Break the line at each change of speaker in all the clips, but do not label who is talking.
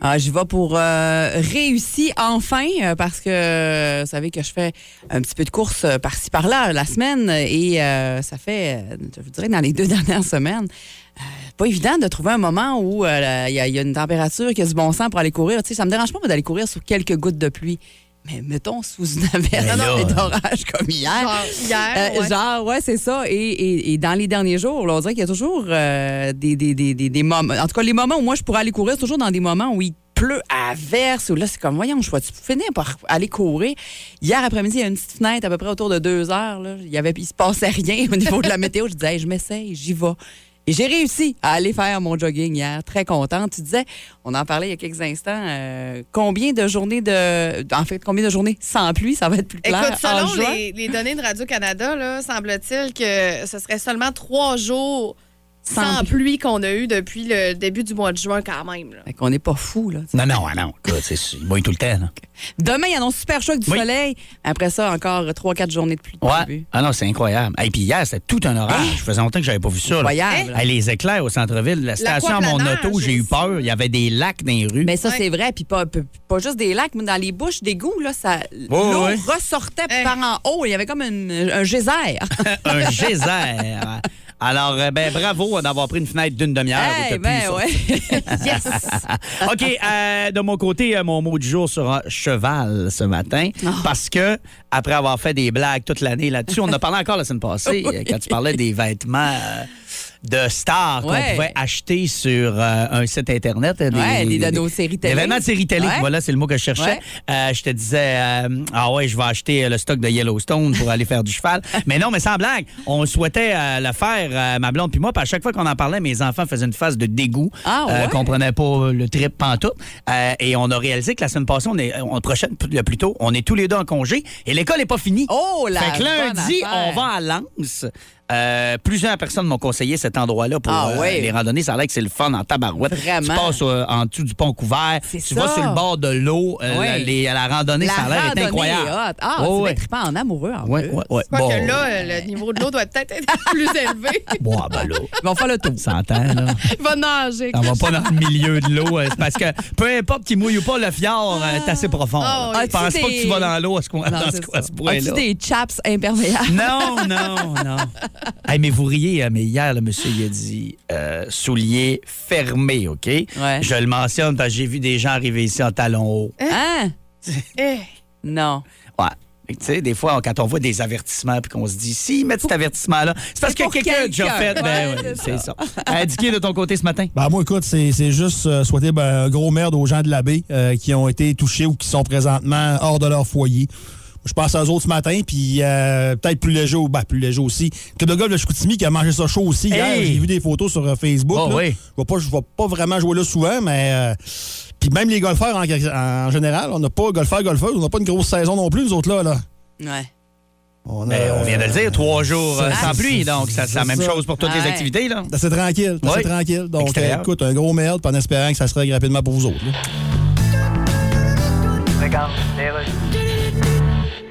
Ah, J'y vais pour euh, réussir enfin euh, parce que euh, vous savez que je fais un petit peu de course euh, par-ci par-là euh, la semaine et euh, ça fait, euh, je vous dirais, dans les deux dernières semaines, euh, pas évident de trouver un moment où euh, la- il y, a- il y a une température, qu'il y a du bon sang pour aller courir. Tu sais, ça me dérange pas moi, d'aller courir sous quelques gouttes de pluie. Mais mettons sous une
Mais
averse
là,
et
euh,
d'orage comme hier.
Genre, hier,
Euh,
ouais.
Genre, ouais, c'est ça. Et, et- et dans les derniers jours, là, on dirait qu'il y a toujours euh, des, des- des- des- des moments. En tout cas, les moments où moi, je pourrais aller courir, c'est toujours dans des moments où il pleut à verse, où là, c'est comme, voyons, je vais finir par aller courir. Hier après-midi, il y a une petite fenêtre à peu près autour de deux heures. Là, il, y avait, il se passait rien au niveau de la météo. Je disais, Hey, je m'essaye, j'y vais. Et j'ai réussi à aller faire mon jogging hier, très contente. Tu disais, on en parlait il y a quelques instants, euh, combien de journées de... En fait, combien de journées sans pluie, ça va être plus clair
Écoute,
en
selon
juin?
les, les données de Radio-Canada, là, semble-t-il que ce serait seulement trois jours sans,
Sans pluie.
pluie, qu'on a eu depuis le début du mois de juin quand même. là.
Fait qu'on n'est pas fou, là.
Non, non, ah non, écoute, c'est sûr, il mouille tout le temps. là.
Demain, il annonce super chaud avec du
Oui.
soleil. Après ça, encore 3-4 journées de pluie. au
Ouais.
début.
Ah non, c'est incroyable. Et puis hier, c'était tout un orage. Je faisais longtemps que j'avais pas vu ça. là.
Hein? Incroyable.
Hey, les éclairs au centre-ville, la station à mon
L'aquaplanage
auto, j'ai eu
aussi.
peur. Il y avait des lacs dans les rues.
Mais ça,
Ouais.
c'est vrai. Puis pas, pas- pas juste des lacs, mais dans les bouches d'égouts, là, ça, l'eau
ouais.
ressortait
Hey.
par en haut. Il y avait comme une- un geyser.
Ah, un geyser. Alors, euh, ben, bravo d'avoir pris une fenêtre d'une demi-heure. où t'as
Eh
pu
ben
sortir.
ouais.
Yes!
OK, euh, de mon côté, euh, mon mot du jour sera cheval ce matin.
Ah.
Parce que, après avoir fait des blagues toute l'année là-dessus, on en a parlé encore la semaine passée, euh, quand tu parlais des vêtements euh, de stars qu'on
Ouais.
pouvait acheter sur euh, un site Internet. euh,
Ouais, des- de nos séries télé.
Des vêtements de séries télé,
Ouais.
voilà, c'est le mot que je cherchais.
Ouais.
Euh, je te disais, euh, ah ouais, je vais acheter euh, le stock de Yellowstone pour aller faire du cheval. Mais non, mais sans blague, on souhaitait euh, le faire, euh, ma blonde puis moi. Puis à chaque fois qu'on en parlait, mes enfants faisaient une phase de dégoût. euh,
Ah ouais?
comprenaient pas le trip pantoute. Euh, et on a réalisé que la semaine passée, on est, euh, on, prochaine, le plus tôt, on est tous les deux en congé et l'école n'est pas finie.
Oh, la
Fait que
bonne
lundi,
affaire.
on va à Lens. Euh, plusieurs personnes m'ont conseillé cet endroit-là pour
Ah
euh,
ouais.
les randonnées. Ça a l'air que c'est le fun en tabarouette. Tu
Vraiment.
passes euh, en dessous du pont couvert.
C'est
tu
ça.
vas sur le bord de l'eau. Euh,
Ouais.
la, les- la randonnée, ça a l'air
randonnée
est
est
incroyable.
hot. Ah,
Ouais,
c'est
ouais.
bien trippant en amoureux, en
Ouais,
plus.
ouais, ouais.
Parce
Bon.
que là, euh, le niveau de l'eau doit peut-être être plus élevé.
Bon, ah ben là,
Ils vont faire le tour.
on s'entend, là.
Il va nager.
On va pas dans le milieu de l'eau. euh, c'est parce que peu importe qu'il mouille ou pas, le fjord euh, est assez profond.
Ah,
là.
oui.
Je pense
As-tu
pas que
des-
tu vas dans l'eau à ce, coin- dans ce,
c'est
coin- à
ça.
ce point-là.
As-tu des chaps imperméables?
Non, non, non. Hey, mais vous riez, hein, mais hier, le monsieur, il a dit euh, souliers fermés, OK? Je le mentionne parce que j'ai vu des gens arriver ici en talons hauts.
Hein?
Eh,
Non.
Ouais. Fait que, Tu sais, des fois, on- quand on voit des avertissements puis qu'on se dit, si, mettent cet avertissement-là, c'est parce que
pour
quelqu'un a déjà fait.
quelqu'un.
Ben,
Ouais,
ouais, c'est
c'est
ça. Indiqué de ton côté ce matin?
Ben, moi, écoute, c'est c'est juste euh, souhaiter ben, un gros merde aux gens de l'abbé euh, qui ont été touchés ou qui sont présentement hors de leur foyer. Je pense aux autres ce matin, puis euh, peut-être plus léger, ou- ben, plus léger aussi. Le club de golf de Chicoutimi qui a mangé ça chaud aussi hier.
Hey!
J'ai vu des photos sur euh, Facebook.
Oh,
là.
oui.
Je ne vais, pas- je vais pas vraiment jouer là souvent, mais... euh, puis même les golfeurs en, en général, on n'a pas golfeurs, golfeuses, on n'a pas une grosse saison non plus, nous autres là. là.
Ouais.
On,
Ben, on vient de le dire, trois jours euh,
ça,
sans pluie,
c'est-
donc ça, c'est la
c'est
même
ça.
chose pour toutes
Ah
les
ouais.
activités, là.
euh, C'est assez tranquille, c'est
Oui.
assez tranquille. Donc,
Extérieur.
euh, écoute, un gros merde, puis en espérant que ça se règle rapidement pour vous autres. là.
Regarde, les rues.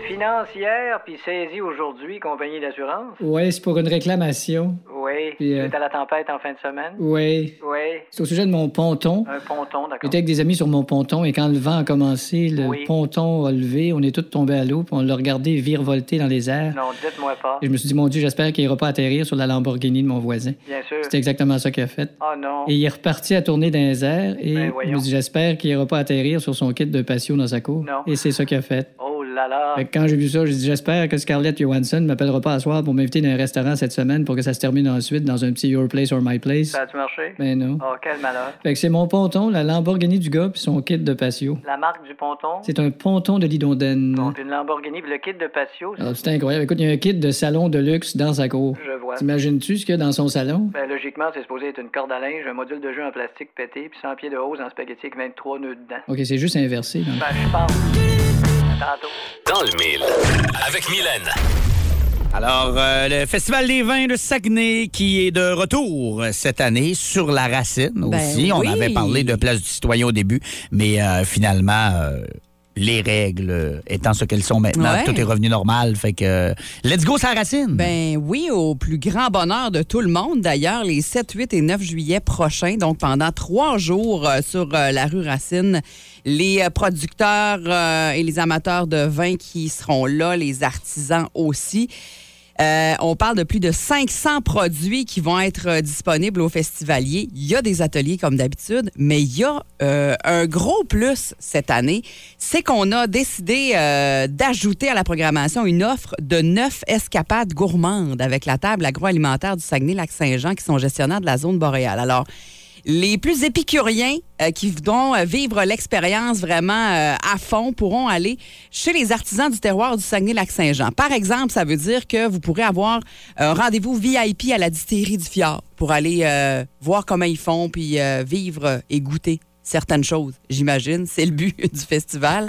Financière, puis saisie aujourd'hui, compagnie d'assurance.
Oui, c'est pour une réclamation.
Oui.
Puis, euh,
C'est à la tempête en fin de semaine.
Oui.
Oui.
C'est au sujet de mon ponton.
Un ponton, d'accord.
J'étais avec des amis sur mon ponton et quand le vent a commencé, le
Oui.
ponton a levé, on est tous tombés à l'eau, puis on l'a regardé virevolter dans les airs.
Non, dites-moi pas.
Et je me suis dit, mon Dieu, j'espère qu'il ira pas atterrir sur la Lamborghini de mon voisin.
Bien sûr.
C'est exactement ça qu'il a fait.
Ah non.
Et il est reparti à tourner dans les airs et
Ben,
je
voyons.
me suis dit, j'espère qu'il ira pas atterrir sur son kit de patio dans sa cour.
Non.
Et c'est ça qu'il a fait.
Oh là là.
Fait que quand j'ai vu ça, j'ai dit j'espère que Scarlett Johansson m'appellera pas à soir pour m'inviter dans un restaurant cette semaine pour que ça se termine ensuite dans un petit Your Place or My Place.
Ça a-tu marché?
Ben non.
Oh, quel malheur.
Fait que c'est mon ponton, la Lamborghini du gars, puis son kit de patio.
La marque du ponton.
C'est un ponton de Lidonden.
Bon, puis une Lamborghini, puis le kit de patio. c'est-
Alors, c'est incroyable. Écoute, il y a un kit de salon de luxe dans sa cour.
Je vois.
T'imagines-tu ce qu'il y a dans son salon?
Ben, logiquement, c'est supposé être une corde à linge, un module de jeu en plastique pété, puis 100 pieds de hausse en spaghetti avec 23 nœuds dedans.
OK, c'est juste inversé. là.
Ben, je pense. tantôt.
Dans le mille. Avec Mylène.
Alors, euh, le Festival des vins de Saguenay qui est de retour euh, cette année sur la racine
Ben
aussi. On
oui.
avait parlé de place du citoyen au début, mais euh, finalement, euh, les règles euh, étant ce qu'elles sont maintenant,
Ouais.
tout est revenu normal. Fait que, euh, let's go, sa racine!
Ben oui, au plus grand bonheur de tout le monde. D'ailleurs, les 7, 8 et 9 juillet prochains, donc pendant trois jours euh, sur euh, la rue Racine, les euh, producteurs euh, et les amateurs de vin qui seront là, les artisans aussi. Euh, on parle de plus de 500 produits qui vont être euh, disponibles aux festivaliers. Il y a des ateliers comme d'habitude, mais il y a euh, un gros plus cette année, c'est qu'on a décidé euh, d'ajouter à la programmation une offre de neuf escapades gourmandes avec la table agroalimentaire du Saguenay-Lac-Saint-Jean qui sont gestionnaires de la zone boréale. Alors, les plus épicuriens euh, qui voudront euh, vivre l'expérience vraiment euh, à fond pourront aller chez les artisans du terroir du Saguenay-Lac-Saint-Jean. Par exemple, ça veut dire que vous pourrez avoir un rendez-vous VIP à la distillerie du Fjord pour aller euh, voir comment ils font puis euh, vivre et goûter certaines choses, j'imagine. C'est le but du festival.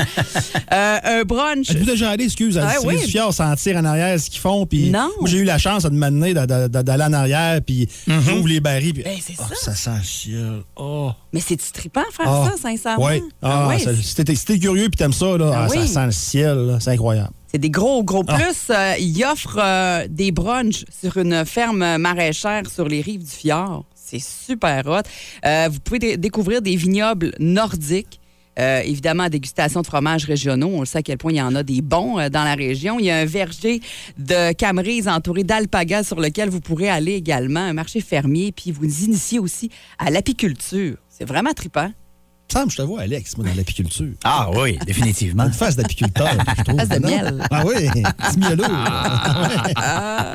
Euh, un brunch.
Êtes-vous déjà allé, excuse, à
Ah,
distillerie
oui.
du Fjord, sentir en arrière ce qu'ils font? Puis
Non.
Moi, j'ai eu la chance de m'amener d'a- d'a- d'a- d'aller en arrière, puis j'ouvre les barils, puis
Ben, c'est
oh,
ça.
ça sent le ciel. Oh.
Mais c'est-tu trippant faire
Ah.
ça, sincèrement?
Ouais. Ah,
ouais,
ça- si t'es- si t'es curieux puis t'aimes ça, là,
Ah
ah,
oui.
ça sent le ciel, là, c'est incroyable.
C'est des gros, gros
Ah.
plus. Euh, ils offrent euh, des brunchs sur une ferme maraîchère sur les rives du fjord. C'est super hot. Euh, vous pouvez dé- découvrir des vignobles nordiques. Euh, évidemment, dégustation de fromages régionaux. On le sait à quel point il y en a des bons euh, dans la région. Il y a un verger de Camerise entouré d'alpagas sur lequel vous pourrez aller également. Un marché fermier. Puis vous initiez aussi à l'apiculture. C'est vraiment trippant.
Il me semble que je te vois, Alex, moi, dans l'apiculture.
Ah oui, définitivement.
Une face d'apiculteur, je trouve.
Face de
non?
miel. Ah.
Ah oui, petit mielleux.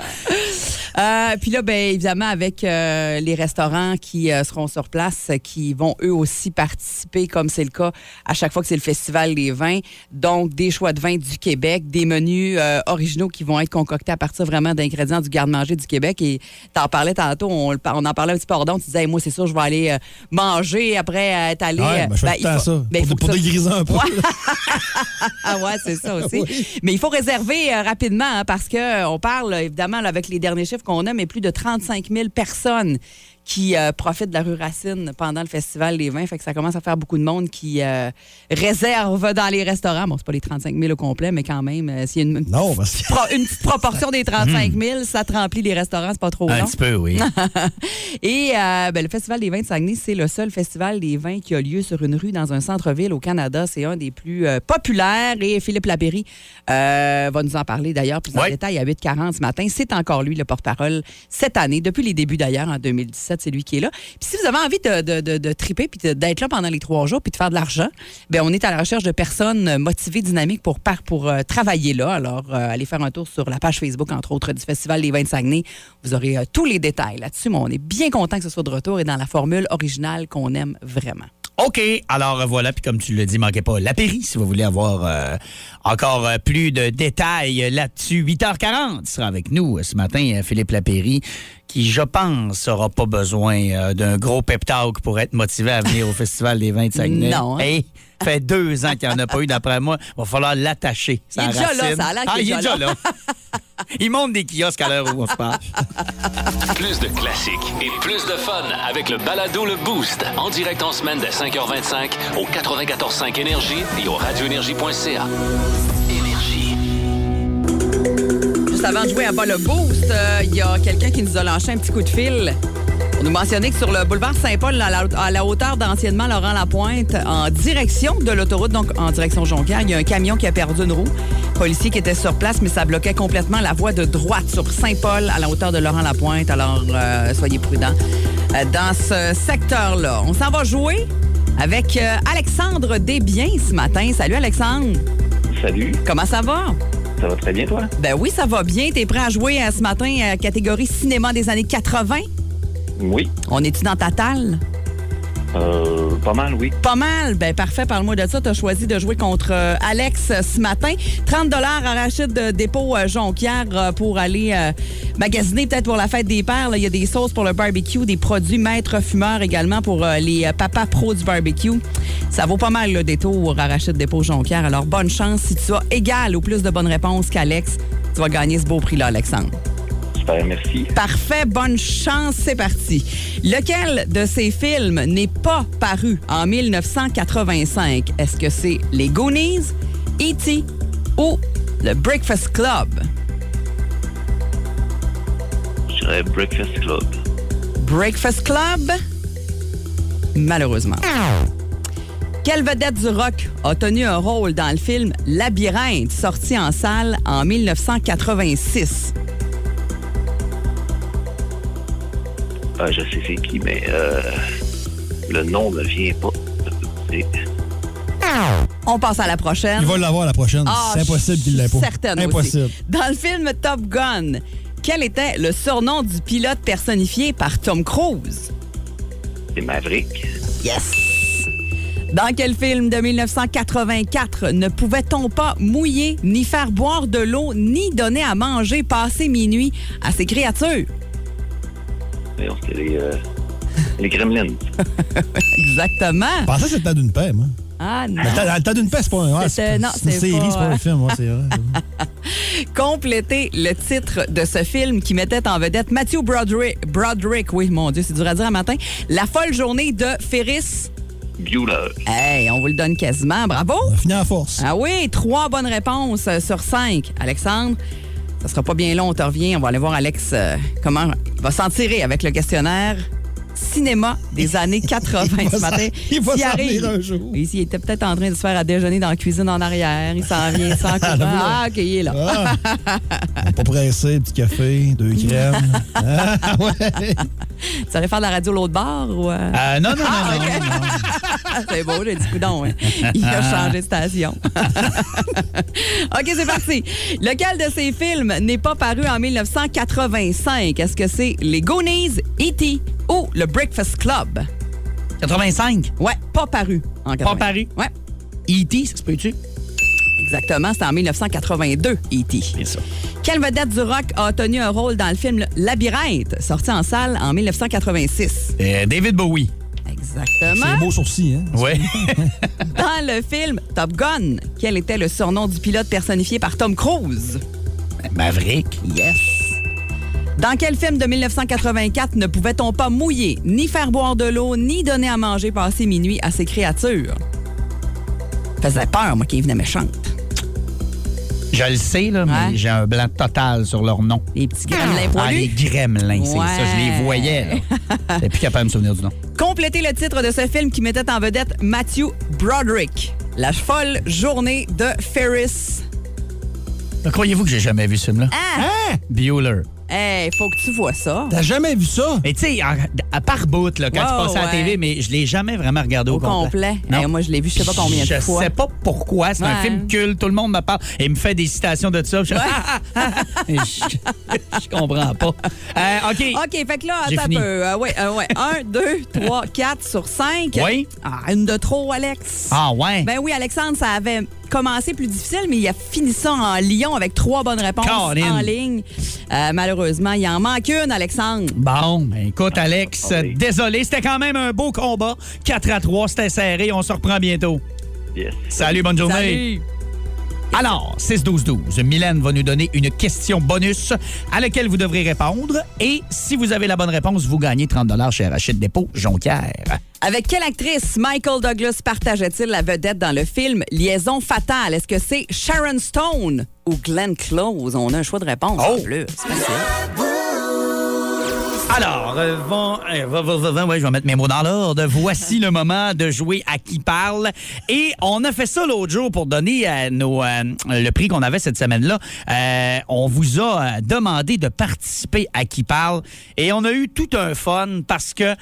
Euh, puis là, ben, évidemment, avec euh, les restaurants qui euh, seront sur place, euh, qui vont eux aussi participer, comme c'est le cas à chaque fois que c'est le Festival des vins. Donc, des choix de vins du Québec, des menus euh, originaux qui vont être concoctés à partir vraiment d'ingrédients du garde-manger du Québec. Et t'en parlais tantôt, on, le par- on en parlait un petit peu hors d'onde. Tu disais, Hey, moi, c'est sûr, je vais aller euh, manger après être allé.
Ouais, ben, je fais
Ben,
tout
il
le temps
faut-
ça.
ben, il
pour
faut que
pour
ça-
dégriser un peu.
ah ouais, c'est ça aussi.
Oui.
Mais il faut réserver euh, rapidement hein, parce que euh, on parle euh, évidemment là, avec les derniers chiffres qu'on a, mais plus de 35 000 personnes qui euh, profitent de la rue Racine pendant le festival des vins. Fait que ça commence à faire beaucoup de monde qui euh, réserve dans les restaurants. Bon, c'est pas les 35 000 au complet, mais quand même, euh, s'il y a une,
Non, parce que.
pro- une petite proportion des 35 000, ça te remplit les restaurants, c'est pas trop
Un
long.
petit peu, oui.
Et euh, ben, le Festival des vins de Saguenay, c'est le seul festival des vins qui a lieu sur une rue dans un centre-ville au Canada. C'est un des plus euh, populaires et Philippe Lapéry euh, va nous en parler d'ailleurs plus en
Ouais.
détail à 8h40 ce matin. C'est encore lui le porte-parole cette année, depuis les débuts d'ailleurs, en 2017, c'est lui qui est là. Puis si vous avez envie de, de, de- de triper puis de- d'être là pendant les trois jours puis de faire de l'argent, ben on est à la recherche de personnes motivées, dynamiques pour, par- pour euh, travailler là. Alors, euh, allez faire un tour sur la page Facebook, entre autres, du Festival des Vins de Saguenay. Vous aurez euh, tous les détails là-dessus, mais on est bien content que ce soit de retour et dans la formule originale qu'on aime vraiment.
OK, alors euh, voilà, puis comme tu le dis, manquez pas l'apéri si vous voulez avoir euh, encore euh, plus de détails euh, là-dessus. 8h40 sera avec nous euh, ce matin, euh, Philippe Lapéry, qui, je pense, aura pas besoin euh, d'un gros pep talk pour être motivé à venir au Festival des 25 Saguenay.
Non, hein?
Hey, fait deux ans qu'il n'y en a pas eu, d'après moi. va falloir l'attacher. sa
Il est déjà là,
racine.
ça a l'air qu'il
Ah,
est
il est
déjà
déjà là. Il monte des kiosques à l'heure où on se parle.
Plus de classiques et plus de fun avec le balado Le Boost. En direct en semaine dès 5h25 au 94.5 Énergie et au radioénergie.ca. Énergie.
Juste avant de jouer à bas le boost, euh, il y a quelqu'un qui nous a lâché un petit coup de fil. On nous mentionnait que sur le boulevard Saint-Paul, à la, à la hauteur d'anciennement Laurent Lapointe, en direction de l'autoroute, donc en direction Jonquière, il y a un camion qui a perdu une roue. Policier qui était sur place, mais ça bloquait complètement la voie de droite sur Saint-Paul à la hauteur de Laurent Lapointe. Alors, euh, soyez prudents euh, dans ce secteur-là. On s'en va jouer avec euh, Alexandre Desbiens ce matin. Salut Alexandre,
Salut,
comment ça va?
ça va très bien toi?
Ben oui, ça va bien. T'es prêt à jouer euh, ce matin à catégorie cinéma des années 80?
Oui,
On est-tu dans ta talle?
Euh, pas mal, oui.
Pas mal. Ben parfait, parle-moi de ça. Tu as choisi de jouer contre euh, Alex euh, ce matin. 30 à rachid de dépôt euh, Jonquière euh, pour aller euh, magasiner peut-être pour la fête des pères. là. Il y a des sauces pour le barbecue, des produits maître fumeur également pour euh, les euh, papas pros du barbecue. Ça vaut pas mal le détour à rachid de dépôt Jonquière. Alors bonne chance si tu as égal ou plus de bonnes réponses qu'Alex. Tu vas gagner ce beau prix-là, Alexandre.
Super, merci.
Parfait, bonne chance, c'est parti. Lequel de ces films n'est pas paru en 1985? Est-ce que c'est Les Goonies, E.T. ou Le Breakfast Club?
Je dirais Breakfast Club.
Breakfast Club? Malheureusement. Quelle vedette du rock a tenu un rôle dans le film Labyrinthe, sorti en salle en 1986?
Ah, je sais c'est qui, mais euh, le nom ne vient pas. C'est-
On passe à la prochaine.
Il va l'avoir la prochaine.
Ah,
c'est impossible qu'il l'ait
je
pas.
suis Certaine
Impossible.
aussi. Dans le film Top Gun, quel était le surnom du pilote personnifié par Tom Cruise?
C'est Maverick.
Yes! Dans quel film de 1984 ne pouvait-on pas mouiller, ni faire boire de l'eau, ni donner à manger passé minuit à ces créatures?
Voyons, c'est les, euh, les Gremlins.
Exactement.
Je pensais que c'était le temps d'une paix, moi.
Ah non.
Le temps- le temps d'une paix, c'est pas un. ouais,
euh,
C'était-
c'est
non,
c'est une
c'est
série,
pas-
c'est pas un film. ouais, c'est vrai.
Complétez le titre de ce film qui mettait en vedette Matthew Broderick. Broderick, oui, mon Dieu, c'est dur à dire un matin. La folle journée de Ferris.
Bueller.
Hey, on vous le donne quasiment. Bravo!
On a fini en force.
Ah oui, trois bonnes réponses euh, sur cinq. Alexandre, ça sera pas bien long, on te revient. On va aller voir Alex euh, comment il va s'en tirer avec le questionnaire cinéma des années 80
Il va
ce matin.
s'en- il va
S'il
s'en
arrive.
venir un jour.
Oui, s'il était peut-être en train de se faire à déjeuner dans la cuisine en arrière. Il s'en vient sans courant. Ah, OK, il est là.
Ah. pas pressé, petit café, deux crèmes. Ah, ouais.
Tu allais faire de la radio l'autre bord ou... euh?
Euh, non, non, non, non, non.
C'est beau, j'ai dit coudon. hein. Il a changé de station. OK, c'est parti. Lequel de ces films n'est pas paru en 1985? Est-ce que c'est Les Goonies, E.T. ou Le Breakfast Club?
85.
Ouais, pas paru en 80.
paru.
Ouais,
E.T., ça se peut-tu?
exactement. C'était en 1982, E.T.
Bien sûr.
E Quelle vedette du rock a tenu un rôle dans le film Labyrinthe, sorti en salle en 1986?
Euh, David Bowie.
Exactement.
C'est beau sourcil, hein?
Oui.
Dans le film Top Gun, quel était le surnom du pilote personnifié par Tom Cruise?
Maverick.
Yes. Dans quel film de 1984 ne pouvait-on pas mouiller, ni faire boire de l'eau, ni donner à manger passé minuit à ces créatures? Faisait peur, moi, qui venait méchante.
Je le sais, là, mais
Ouais.
j'ai un blanc total sur leur nom.
Les petits gremlins
Ah, les
poilus.
gremlins, c'est ça. Je les
Ouais.
voyais, là. J'étais plus capable de me souvenir du nom.
Complétez le titre de ce film qui mettait en vedette Matthew Broderick. La folle journée de Ferris.
Croyez-vous que j'ai jamais vu ce film-là?
Ah!
Bueller.
Eh, faut que tu vois ça.
T'as jamais vu ça?
Mais tu sais, en- à part bout, là, quand
Wow,
tu passes à la
ouais.
TV, mais je l'ai jamais vraiment regardé au,
Au complet. Eh, moi, je l'ai vu je sais pas combien de
je
fois.
Je sais pas pourquoi. C'est un
Ouais.
film culte. Tout le monde me parle et me fait des citations de ça. Je, Et je, je comprends pas. Euh, OK.
OK, fait que là,
J'ai
attends un
fini.
peu. Euh, ouais, euh, ouais. Un, deux, trois, quatre sur cinq.
Oui.
Ah, une de trop, Alex.
Ah ouais.
Ben oui, Alexandre, ça avait commencé plus difficile, mais il a fini ça en Lyon avec trois bonnes réponses
Caroline.
en ligne. Euh, malheureusement, il en manque une, Alexandre.
Bon, ben écoute, Alex,
Ah,
euh,
oui.
désolé, c'était quand même un beau combat. 4 à 3, c'était serré. On se reprend bientôt.
Yes.
Salut, bonne journée.
Salut.
Alors, 6-12-12, Mylène va nous donner une question bonus à laquelle vous devrez répondre. Et si vous avez la bonne réponse, vous gagnez 30 chez Rachid Dépôt Jonquière.
Avec quelle actrice Michael Douglas partageait-il la vedette dans le film Liaison fatale? Est-ce que c'est Sharon Stone ou Glenn Close? On a un choix de réponse
Oh.
en plus.
Alors, euh, vont- euh, va- va- va- va- ouais, je vais mettre mes mots dans l'ordre. Voici le moment de jouer à qui parle. Et on a fait ça l'autre jour pour donner euh, nos, euh, le prix qu'on avait cette semaine-là. Euh, on vous a euh, demandé de participer à qui parle. Et on a eu tout un fun parce que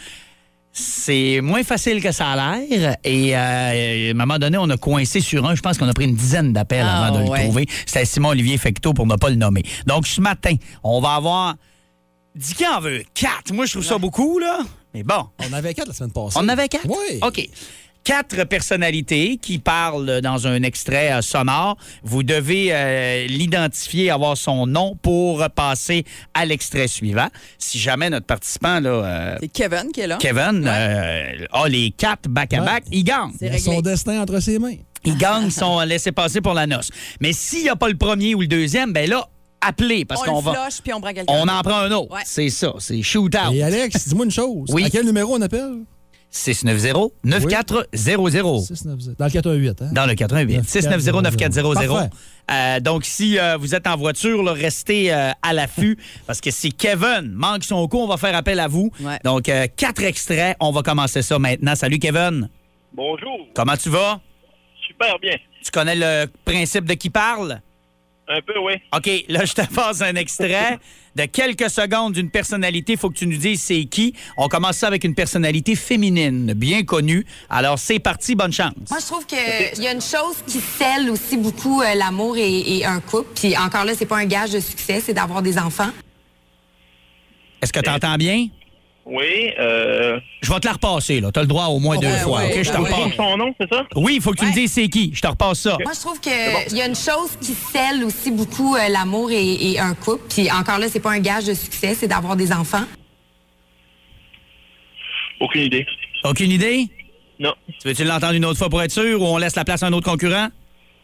c'est moins facile que ça a l'air. Et euh, à un moment donné, on a coincé sur un. Je pense qu'on a pris une dizaine d'appels
Ah,
avant de
ouais.
le trouver. C'était Simon-Olivier Fecteau pour ne pas le nommer. Donc, ce matin, on va avoir Dicky en veut quatre. Moi, je trouve ça beaucoup, là. Mais bon.
On avait quatre la semaine passée.
On en avait quatre?
Oui.
OK. Quatre personnalités qui parlent dans un extrait euh, sonore. Vous devez euh, l'identifier, avoir son nom pour euh, passer à l'extrait suivant. Si jamais notre participant, là, euh,
C'est Kevin qui est là.
Kevin, euh, a les quatre back-à-back, il gagne.
Il a son destin entre ses mains.
Il gagne son laissé-passer pour la noce. Mais s'il n'y a pas le premier ou le deuxième, ben là, appelez parce
on
qu'on
le
va.
flush, puis on prend quelqu'un.
On en prend un autre.
Ouais.
C'est ça, c'est shootout.
Et Alex, dis-moi une chose.
Ah. Oui.
À quel numéro on appelle?
690-9400.
690. Dans le 418, hein?
Oh. Dans le 88. 690-9400.
Parfait.
Euh, donc, si euh, vous êtes en voiture, là, restez euh, à l'affût parce que si Kevin manque son coup, on va faire appel à vous.
Ouais.
Donc, euh, quatre extraits. On va commencer ça maintenant. Salut, Kevin.
Bonjour,
Comment tu vas?
super bien.
Tu connais le principe de qui parle?
Un peu, oui.
OK, là, je te passe un extrait de quelques secondes d'une personnalité. faut que tu nous dises c'est qui. On commence ça avec une personnalité féminine, bien connue. Alors, c'est parti, bonne chance.
Moi, je trouve qu'il y a une chose qui scelle aussi beaucoup euh, l'amour et, et un couple. Puis encore là, c'est pas un gage de succès, c'est d'avoir des enfants.
Est-ce que tu entends bien?
Oui, euh...
Je vais te la repasser, là. Tu as le droit au
Ah
moins deux
ouais,
fois.
ouais,
OK, je te
ouais.
repasse.
Son nom, c'est ça?
Oui, il faut que tu me dises c'est qui. Je te repasse ça.
Moi, je trouve qu'il y a une chose qui scelle aussi beaucoup euh, l'amour et, et un couple. Puis encore là, c'est pas un gage de succès, c'est d'avoir des enfants.
Aucune idée.
Aucune idée?
Non.
Tu veux-tu l'entendre une autre fois pour être sûr ou on laisse la place à un autre concurrent?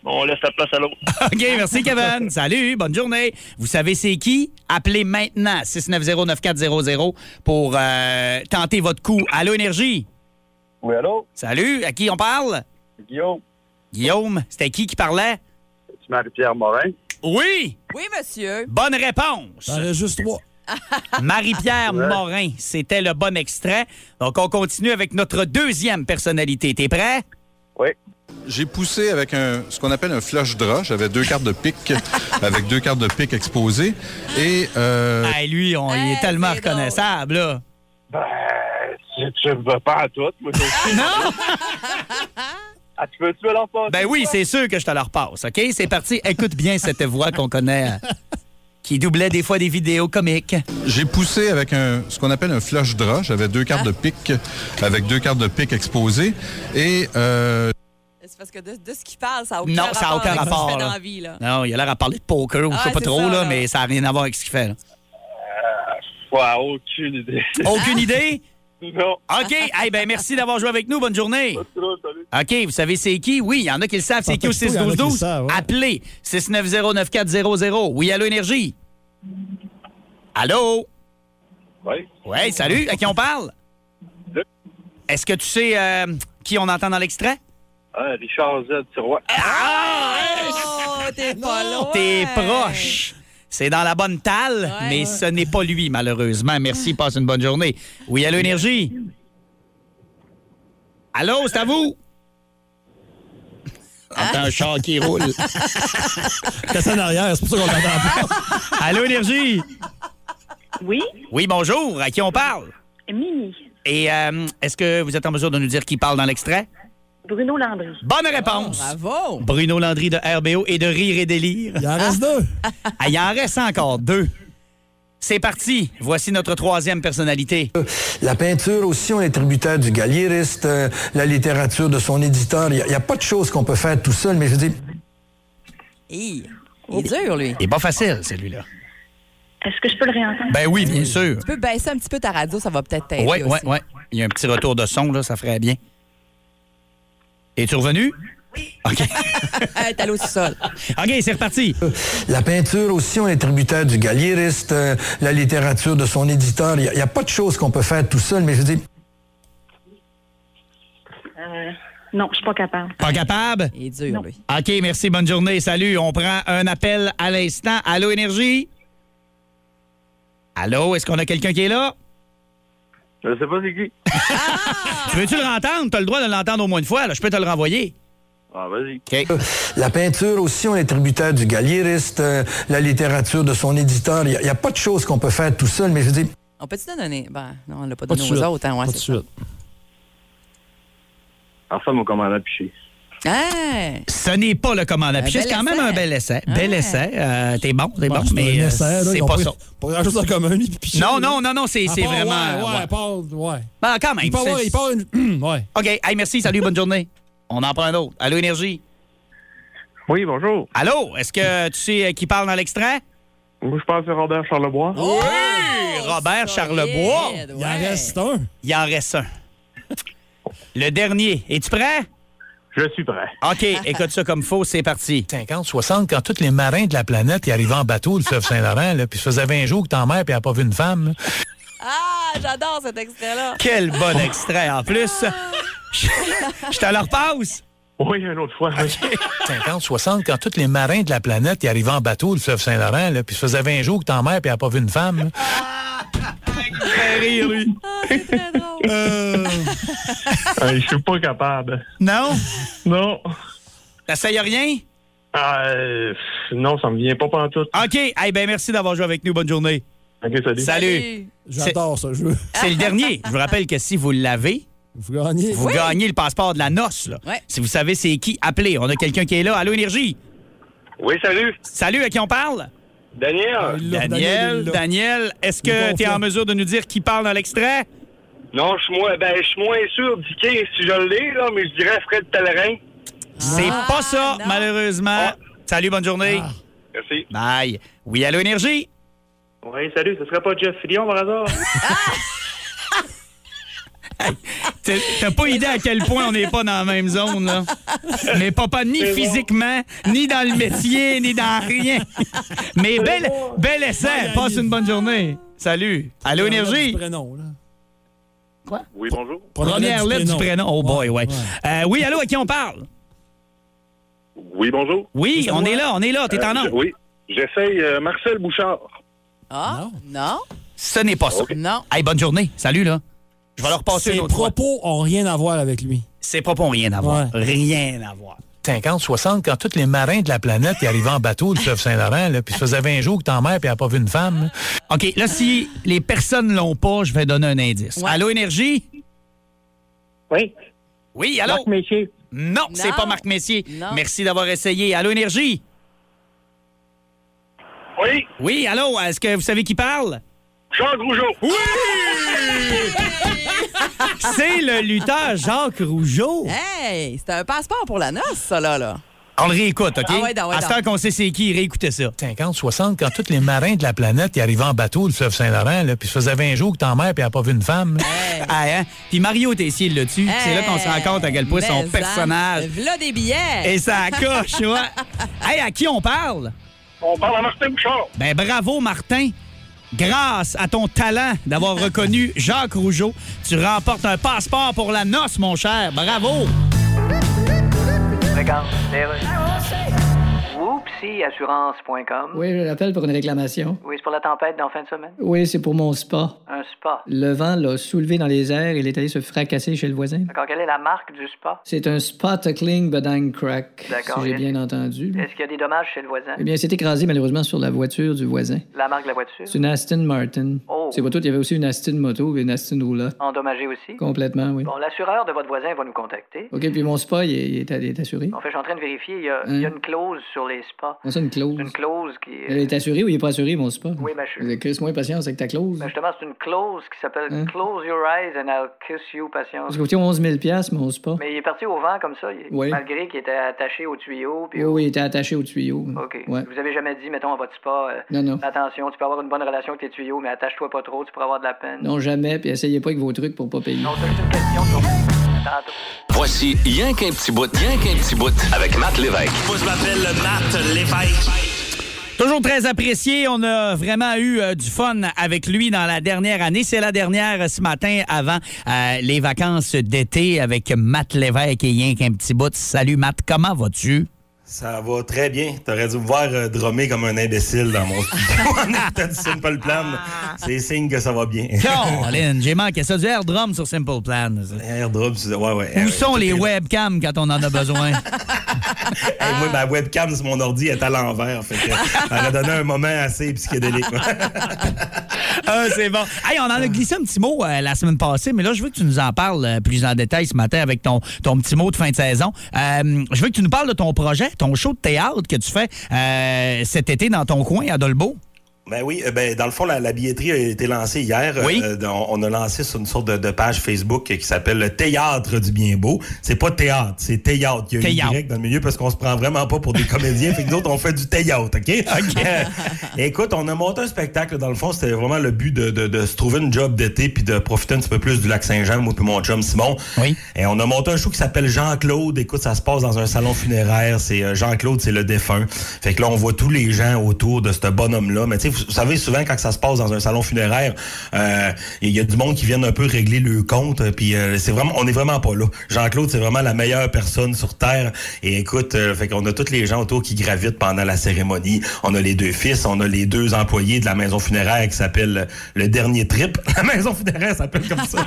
On laisse la place à l'autre.
OK, merci Kevin. Salut, bonne journée. Vous savez c'est qui? Appelez maintenant 690-9400 pour euh, tenter votre coup. Allô Énergie?
Oui, allô?
Salut, à qui on parle?
Guillaume,
Guillaume, c'était qui qui parlait?
c'est Marie-Pierre Morin.
Oui,
Oui, monsieur.
bonne réponse.
J'en ai juste trois.
Marie-Pierre Morin, c'était le bon extrait. Donc on continue avec notre deuxième personnalité. T'es prêt?
J'ai poussé avec un, ce qu'on appelle un flush draw. J'avais deux cartes de pique, avec deux cartes de pique exposées. Et euh,
Ah, lui, on, il est
Hey,
tellement
c'est
reconnaissable. Là.
Ben, Je ne veux pas à tout, moi.
Non?
Ah, tu veux-tu me l'enfoncer?
Ben oui, c'est sûr que je te la repasse, OK? C'est parti. Écoute bien cette voix qu'on connaît, euh, qui doublait des fois des vidéos comiques.
j'ai poussé avec un, ce qu'on appelle un flush draw. J'avais deux cartes de pique, avec deux cartes de pique exposées. Et euh,
C'est parce que de, de ce qu'il parle, ça n'a aucun
Non,
rapport
ça n'a aucun
avec ce qu'il
rapport.
fait
là.
dans la vie, là.
Non, il a l'air à parler de poker ou je sais
Ouais,
pas
c'est
trop,
ça,
là,
là.
mais ça n'a rien à voir avec ce qu'il fait. là.
Ouais, Euh, aucune idée.
Aucune idée?
non.
OK. Eh ben merci d'avoir joué avec nous. Bonne journée. OK, vous savez c'est qui? Oui, il y en a qui le savent, c'est qui au
texto, il y en a qui le
612
savent, ouais.
Appelez 690-9400. Oui, allô, Énergie? Allô?
Oui.
Oui, salut. À qui on parle? Est-ce que tu sais euh, qui on entend dans l'extrait? Ah!
Ah, Richard Z. Tiroir.
Oh, t'es pas loin.
T'es proche. C'est dans la bonne talle,
Ouais.
mais ce n'est pas lui, malheureusement. Merci, passe une bonne journée. Oui, allô, Énergie? Allô, c'est à vous? Entends un char qui roule.
T'es ça en arrière, c'est pour ça qu'on t'entend pas.
Allô, Énergie?
Oui,
Oui, bonjour. À qui on parle?
Mimi,
Et euh, est-ce que vous êtes en mesure de nous dire qui parle dans l'extrait?
Bruno Landry.
Bonne réponse!
Bravo.
Bruno Landry de RBO et de Rire et Délire.
Il en reste deux.
Ah, il en reste encore deux. C'est parti. Voici notre troisième personnalité.
La peinture aussi, on est tributaire du galliériste, euh, la littérature de son éditeur. Il n'y a, pas de choses qu'on peut faire tout seul, mais je dis,
Hi. Il est dur, lui.
Il est pas facile, celui-là.
Est-ce que je peux le réentendre?
Ben oui, bien sûr.
Tu peux baisser un petit peu ta radio, ça va peut-être t'aider
Oui, oui,
aussi.
oui. Il y a un petit retour de son, là, ça ferait bien. Es-tu revenu? OK.
Hey, T'as l'eau sur sol.
OK, c'est reparti.
la peinture aussi, on est tributaire du galliériste, euh, la littérature de son éditeur. Il n'y a, pas de choses qu'on peut faire tout seul, mais je dis,
Non, je suis pas capable.
Pas capable?
Il est dur, lui.
OK, merci, bonne journée. Salut. On prend un appel à l'instant. Allô, Énergie? Allô, est-ce qu'on a quelqu'un qui est là?
Je sais pas c'est qui.
Tu veux-tu le rentendre? T'as le droit de l'entendre au moins une fois, là. Je peux te le renvoyer.
Ah, vas-y.
OK.
la peinture aussi, on est tributaire du galliériste, euh, la littérature de son éditeur. Il n'y a, pas de choses qu'on peut faire tout seul, mais je dis,
On peut-tu te donner? Ben, non, on l'a pas
Pas de
donné aux
suite.
autres. hein, ouais,
Pas de
c'est
suite.
Alors ça, mon commandant piché.
Hein?
Ce n'est pas le commandant.
Un
Puis c'est
bel
quand même
essai. Ah.
un bel essai. Bel essai. Euh, t'es bon, t'es
Bon,
bon,
c'est
mais
un
euh,
essai, là,
c'est
ils ont
pas
pas-
ça.
pas grand-chose en commun, lui, puis Pichot,
Non,
là.
non, non, c'est-
À
c'est
part,
vraiment- euh,
Ouais, ouais,
ouais.
à part, ouais.
Ben, quand même.
Il peut avoir-
c'est-
il peut avoir une- ouais.
OK. Hey, merci. Salut, bonne journée. On en prend un autre. Allô, Énergie?
Oui, bonjour.
Allô? Est-ce que tu sais euh, qui parle dans l'extrait?
Moi, je pense à Robert Charlebois.
Oui! Robert Charlebois.
Il en reste un.
Il en reste un. Le dernier. Es-tu prêt?
Je suis prêt.
OK, écoute ça comme faux, c'est parti.
50, 60, quand tous les marins de la planète y arrivaient en bateau, le fleuve Saint-Laurent, là, puis ça faisait 20 jours que ta mère puis elle a pas vu une femme. là.
Ah, j'adore cet extrait-là. Ah.
Quel bon extrait en plus. Je je te le repasse.
Oui, une autre fois.
50, 60, quand tous les marins de la planète y arrivaient en bateau, le fleuve Saint-Laurent, là, puis ça faisait 20 jours que ta mère puis elle a pas vu une femme. là.
Fait rire, lui.
Euh, je suis pas capable.
Non?
Non.
T'essayes rien?
Euh, pff, non, ça me vient pas pantoute.
OK. Eh ben merci d'avoir joué avec nous. Bonne journée.
OK, salut.
Salut.
J'adore ce jeu.
C'est le dernier. Je vous rappelle que si vous l'avez,
vous gagnez.
vous
Oui.
gagnez le passeport de la noce. là.
Ouais.
Si vous savez c'est qui, appelez. On a quelqu'un qui est là. Allô, Énergie?
Oui, salut.
Salut, à qui on parle?
Daniel.
Daniel, Daniel, est-ce que tu es en mesure de nous dire qui parle dans l'extrait?
Non, je suis moins, ben, je suis moins sûr d'Iké si je l'ai, là, mais je dirais Fred Pellerin.
C'est
Ah,
pas ça, malheureusement. Salut, bonne journée.
Ah. Merci.
Bye. Oui, allô, Énergie?
Oui, salut. Ce serait pas Jeff Fillion, par hasard?
T'as t'as pas idée à quel point on n'est pas dans la même zone, là. Mais papa, ni
C'est bon.
physiquement, ni dans le métier, ni dans rien. Mais bel, bel essai. Passe une bonne journée. Salut. Allô, Énergie?
Prénom, là.
oui, bonjour.
Première lettre du prénom. Oh boy, ouais. Euh, oui, allô, à qui on parle?
Oui, bonjour.
Oui, on est là, on est là. T'es en
Euh,
ordre.
je- Oui. J'essaye euh, Marcel Bouchard.
Ah, non.
Ce n'est pas ça.
Non.
Hey, bonne journée. Salut, là. Je vais leur passer
Ses
une autre fois.
propos ont rien à voir avec lui.
Ses propos ont rien à voir.
Ouais.
Rien à voir.
50, 60, quand tous les marins de la planète y arrivaient en bateau, le fleuve Saint-Laurent, là, puis ça faisait 20 jours que ta mère puis elle a pas vu une femme.
OK, là, si les personnes l'ont pas, je vais donner un indice. Allô, Énergie?
Oui.
Oui, allô? Marc
Messier.
Non, c'est
Non.
pas Marc Messier.
Non.
Merci d'avoir essayé. Allô, Énergie?
Oui.
Oui, allô, est-ce que vous savez qui parle?
Jean Rougeau.
Oui! c'est le lutteur Jacques Rougeau.
Hein? Hey, c'est un passeport pour la noce, ça, là. là.
On le réécoute, OK?
Ah ouais, donc, ouais,
à ce
donc.
temps qu'on sait c'est qui, réécoutez ça.
50, 60, quand tous les marins de la planète y arrivaient en bateau, le fleuve Saint-Laurent, là, puis ça faisait 20 jours que ta mère puis elle a pas vu une femme.
Ah, hein? Puis Mario Tessier le tue. C'est là qu'on se rend compte à quel point son
Mais,
personnage
hein, V'là des billets.
et sa coche, ouais. Hey, à qui on parle?
On parle à Martin Bouchard.
Ben bravo Martin. Grâce à ton talent d'avoir reconnu Jacques Rougeau, tu remportes un passeport pour la noce, mon cher. Bravo!
Oupsiassurance.com.
Ah, Oui, je l'appelle pour une réclamation.
Oui, c'est pour la tempête d'en fin de semaine.
Oui, c'est pour mon spa.
Un spa.
Le vent l'a soulevé dans les airs et il est allé se fracasser chez le voisin.
D'accord, quelle est la marque du spa?
C'est un spot cling bedang crack,
D'accord,
si j'ai
et-
bien entendu.
Est-ce qu'il y a des dommages chez le voisin?
Eh bien, c'est écrasé malheureusement sur la voiture du voisin.
La marque de la voiture?
C'est une Aston Martin.
Oh.
C'est pas tout, il y avait aussi une Aston moto et une Aston roulotte.
Endommagée aussi?
Complètement, oui.
Bon, l'assureur de votre voisin va nous contacter.
OK, puis mon spa, il est, il est- il est assuré.
En fait, je suis en train de vérifier. Il y a,
Hein?
il y a une clause sur les spas.
On ça une clause.
Une clause qui
Elle est assurée ou il est pas assuré, mon spa?
Oui, ma chérie.
Chris, moins patience avec ta clause.
Ben, justement, c'est une clause qui s'appelle
Hein?
Close your eyes and I'll kiss you, patience.
Parce que, tu sais, 11 000 mon spa.
Mais il est parti au vent comme ça, il-
Oui.
malgré qu'il était attaché au tuyau. Puis
Oui, oui, il était attaché au tuyau.
OK.
Ouais.
Vous avez jamais dit, mettons, à votre spa, euh,
Non, non.
attention, tu peux avoir une bonne relation avec tes tuyaux, mais attache-toi pas trop, tu pourras avoir de la peine.
Non, jamais, puis essayez pas avec vos trucs pour pas payer.
Voici Y'a qu'un petit bout, Y'a qu'un petit bout avec Matt Lévesque. Moi, je m'appelle Matt Lévesque.
Toujours très apprécié. On a vraiment eu euh, du fun avec lui dans la dernière année. C'est la dernière euh, ce matin avant euh, les vacances d'été avec Matt Lévesque et Yank un petit bout. Salut Matt, comment vas-tu?
Ça va très bien. T'aurais dû me voir euh, drummer comme un imbécile dans mon studio en écoutant du Simple Plan.
Ah.
C'est signe que ça va bien.
Caroline, j'ai manqué ça du air drum sur Simple Plan.
Air drum, c'est- Ah ouais, ouais.
Où sont les webcams quand on en a besoin?
Hey, moi, ma webcam euh, sur mon ordi est à l'envers. Fait que, ça aurait donné un moment assez psychédélique.
Ah, c'est bon. Hey, on en a glissé un petit mot euh, la semaine passée, mais là, je veux que tu nous en parles euh, plus en détail ce matin avec ton, ton petit mot de fin de saison. Euh, je veux que tu nous parles de ton projet, ton show de théâtre que tu fais euh, cet été dans ton coin à Dolbeau.
Ben oui, euh, ben, dans le fond, la, la billetterie a été lancée hier.
Oui.
Euh, on, on a lancé sur une sorte de, de page Facebook qui s'appelle le Théâtre du Bien Beau. C'est pas théâtre, c'est théâtre. Il y a eu
Théâtre.
Y dans le milieu parce qu'on se prend vraiment pas pour des comédiens. fait que d'autres, on fait du théâtre, OK? Euh, écoute, on a monté un spectacle. Dans le fond, c'était vraiment le but de, de- de se trouver une job d'été puis de profiter un petit peu plus du lac Saint-Jean, moi puis mon chum Simon.
Oui.
Et on a monté un show qui s'appelle Jean-Claude. Écoute, ça se passe dans un salon funéraire. C'est euh, Jean-Claude, c'est le défunt. Fait que là, on voit tous les gens autour de ce bonhomme-là. Mais tu sais, vous, vous savez, souvent, quand ça se passe dans un salon funéraire, euh, il y a du monde qui vient un peu régler le compte. euh, Puis euh, c'est vraiment, on est vraiment pas là. Jean-Claude, c'est vraiment la meilleure personne sur Terre. Et écoute, euh, fait qu'on a tous les gens autour qui gravitent pendant la cérémonie. On a les deux fils, on a les deux employés de la maison funéraire qui s'appelle euh, le dernier trip. La maison funéraire s'appelle comme ça.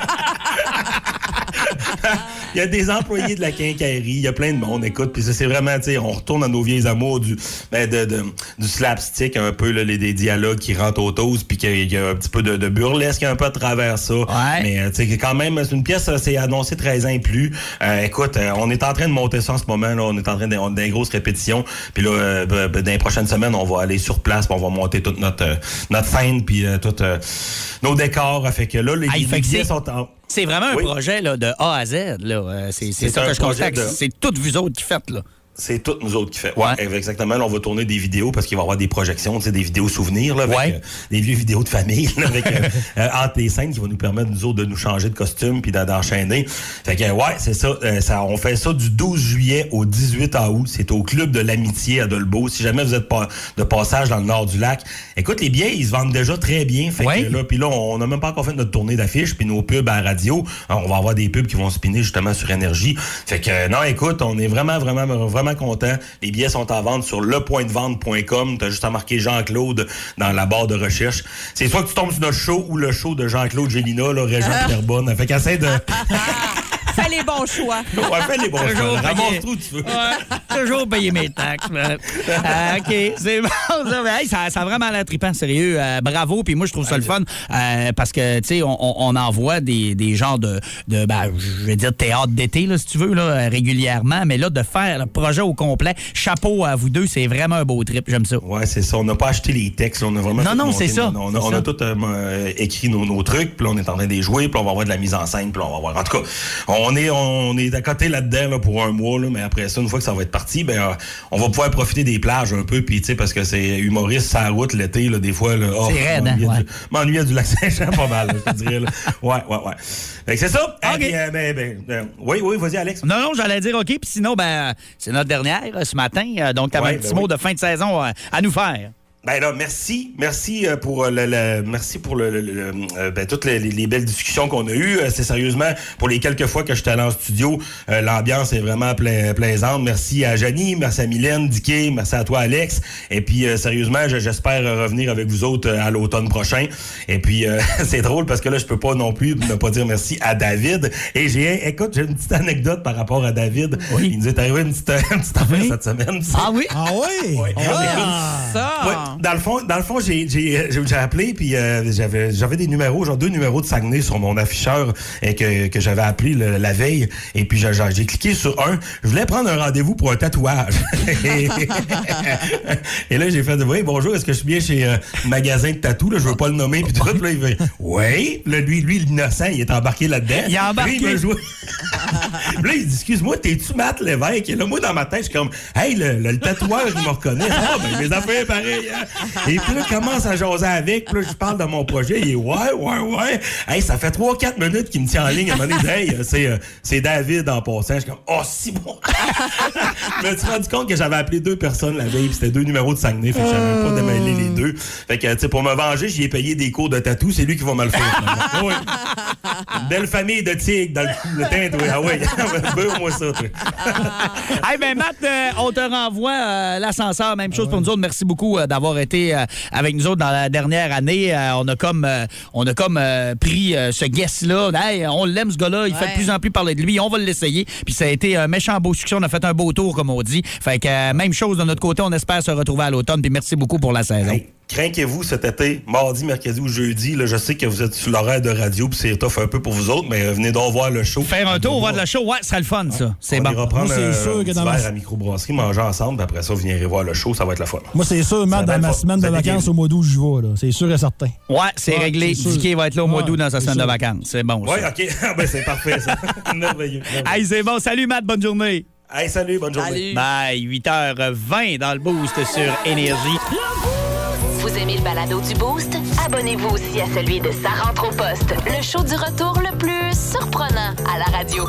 Il y a des employés de la quincaillerie, il y a plein de monde, écoute, puis ça, c'est vraiment, tu sais, on retourne à nos vieilles amours du, ben, de- de- du slapstick, un peu, là, les, des dialogues qui rentrent aux toasts, puis qu'il y a- il y a un petit peu de, de burlesque un peu à travers ça. Mais, euh, tu sais, que quand même, c'est une pièce, euh, c'est annoncé 13 ans et plus. Euh, écoute, euh, on est en train de monter ça en ce moment, là, on est en train de- on a des grosses répétitions, puis là, euh, ben, ben, dans les prochaines semaines, on va aller sur place, puis on va monter toute notre, euh, notre scène, puis euh, tout, euh, nos décors, fait que là, les,
Hey,
les
fait que
billets
c'est-
sont en...
C'est vraiment
Oui.
un projet là, de A à Z. là. Euh, c'est c'est
C'est
ça
un
que je
projet
constate.
de-
C'est toutes vous autres qui faites. Là.
C'est toutes nous autres qui fait. Ouais. Exactement. Là, on va tourner des vidéos parce qu'il va y avoir des projections, tu sais, des vidéos souvenirs, là, avec euh, des vieux vidéos de famille, là, avec euh, euh, entre les scènes qui vont nous permettre, nous autres, de nous changer de costume puis d'en- d'enchaîner. Fait que, euh, ouais, c'est ça, euh, ça. On fait ça du 12 juillet au 18 août. C'est au Club de l'Amitié à Dolbeau. Si jamais vous êtes pas de passage dans le nord du lac, écoute, les billets, ils se vendent déjà très bien. Fait que là, puis là, on n'a même pas encore fait notre tournée d'affiches puis nos pubs à la radio. hein, on va avoir des pubs qui vont spinner justement sur énergie. Fait que euh, non, écoute, on est vraiment, vraiment, vraiment content. Les billets sont à vendre sur lepointdevente.com. T'as juste à marquer Jean-Claude dans la barre de recherche. C'est soit que tu tombes sur notre show ou le show de Jean-Claude Gélina, là, Régent Pierrebonne. Fait qu'essaie de.
Fais les bons choix.
Ouais, fais les bons choix.
Toujours
Ramasse
payé.
tout où tu veux.
Ouais, toujours payer mes taxes. man. Euh, OK, c'est bon. Ça, Mais, hey, ça, ça a vraiment l'air trippant, sérieux. Euh, bravo. Puis moi, je trouve ça le fun euh, parce que, tu sais, on, on- on en voit des, des genres de, de ben, je vais dire théâtre d'été, là, si tu veux, là, euh, régulièrement. Mais là, de faire le projet au complet, chapeau à vous deux, c'est vraiment un beau trip. J'aime ça.
Ouais, c'est ça. On n'a pas acheté les textes. là. On a vraiment
Non,
tout
non,
monté.
c'est ça.
On a,
C'est
on a
ça.
tout euh, euh, écrit nos, nos trucs, puis là, on est en train de les jouer, puis on va avoir de la mise en scène, puis là, on va voir. En tout cas, on est, on est à côté là-dedans là, pour un mois, là, mais après ça, une fois que ça va être parti, ben, euh, on va pouvoir profiter des plages un peu, puis tu sais, parce que c'est humoriste, ça route l'été, là, des fois. là, oh,
C'est raide, hein,
m'ennuyais
ouais.
du- M'ennuyais du lac Saint-Jean pas mal, là, je te dirais. là. Ouais, ouais, ouais. Fait que c'est ça. Eh bien, ben, ben, euh, oui, oui, vas-y, Alex.
Non, non, j'allais dire OK. Puis sinon, ben, euh, c'est notre dernière euh, ce matin. Euh, donc, tu
Ouais,
un petit
ben
mot
oui.
de fin de saison euh, à nous faire.
Ben là, merci, merci euh, pour euh, le, le- merci pour le, le- le- euh, ben, toutes les, les- les belles discussions qu'on a eues. Euh, C'est sérieusement pour les quelques fois que je suis allé en studio, euh, l'ambiance est vraiment pla- plaisante. Merci à Janie, merci à Mylène, Dicky, merci à toi Alex. Et puis euh, sérieusement, je- j'espère euh, revenir avec vous autres euh, à l'automne prochain. Et puis euh, c'est drôle parce que là, je peux pas non plus ne pas dire merci à David. Et j'ai, écoute, j'ai une petite anecdote par rapport à David. Il nous est arrivé une petite, une petite affaire cette semaine.
Ah oui?
Ah oui? Ah!
Ouais, dans le fond, dans le fond, j'ai, j'ai, j'ai- j'ai appelé puis euh, j'avais, j'avais des numéros, genre deux numéros de Saguenay sur mon afficheur et que, que j'avais appelé le- la veille. Et puis j'ai, j'ai- j'ai cliqué sur un. Je voulais prendre un rendez-vous pour un tatouage. et, et là j'ai fait, oui bonjour, est-ce que je suis bien chez euh, le magasin de tatou là Je veux pas le nommer puis tout. Puis là il fait, oui. Là lui, lui l'innocent, il est embarqué là-dedans.
Eh, Il a
Lui, il
embarqué.
veut jouer. Puis là, il dit, excuse-moi, t'es-tu Matt Lévesque? Et là, moi, dans ma tête, je suis comme, hey, le, le- le tatoueur, il me reconnaît. Ah, ben, mes affaires, pareil. hein. Et puis là, je commence à jaser avec. Puis là, je parle de mon projet. Il est, ouais, Ah, ouais, ouais. Hey, ça fait 3-4 minutes qu'il me tient en ligne. À un moment donné, il dit, hey, c'est, euh, c'est David en passant. Je suis comme, oh, si bon. je me suis rendu compte que j'avais appelé deux personnes la veille. Puis c'était deux numéros de Saguenay. Fait que j'avais
Oh.
pas démêlé les deux. Fait que, tu sais, pour me venger, j'y ai payé des cours de tatou. C'est lui qui va me le faire. finalement. Ouais. Une belle famille de tigres dans le, le teint, oui. Ah oui, moi ça, toi.
hey, ben, Matt, euh, on te renvoie euh, l'ascenseur. Même chose pour nous autres. Merci beaucoup euh, d'avoir été euh, avec nous autres dans la dernière année. Euh, on a comme, euh, on a comme euh, pris euh, ce guest-là. Hey, on l'aime, ce gars-là. Il fait de plus en plus parler de lui. On va l'essayer. Puis ça a été un méchant beau succès. On a fait un beau tour, comme on dit. Fait que euh, même chose de notre côté. On espère se retrouver à l'automne. Puis merci beaucoup pour la saison.
Crainquez-vous cet été, mardi, mercredi ou jeudi. Là, je sais que vous êtes sur l'horaire de radio, puis c'est tough un peu pour vous autres, mais euh, venez donc voir le show.
Faire un tour, voir de la show, ouais, ce serait le fun, ça. C'est
on
bon.
ira prendre
Moi, c'est
un,
sûr
un
que
petit
dans ma-
verre à microbrasserie, manger ensemble, puis après ça, vous viendrez voir le show, ça va être la fun.
Moi, c'est sûr,
Ça va
Matt, dans
être
ma
fort.
semaine de
Ça va être
vacances au mois d'août, je vais. là. C'est sûr et certain.
Ouais, c'est
Ouais,
réglé.
c'est sûr.
Dicky va être là au mois
Ouais,
d'août dans sa
c'est
semaine de
sûr.
vacances. C'est bon,
Oui,
ça.
OK. Ah, ben, c'est parfait, ça. merveilleux.
Hey, c'est bon. Salut, Matt. Bonne journée.
Hey, salut. Bonne journée.
Bye. 8h20 dans le Boost sur Énergie.
Vous aimez le balado du Boost? Abonnez-vous aussi à celui de Sa rentre au poste, le show du retour le plus surprenant à la radio.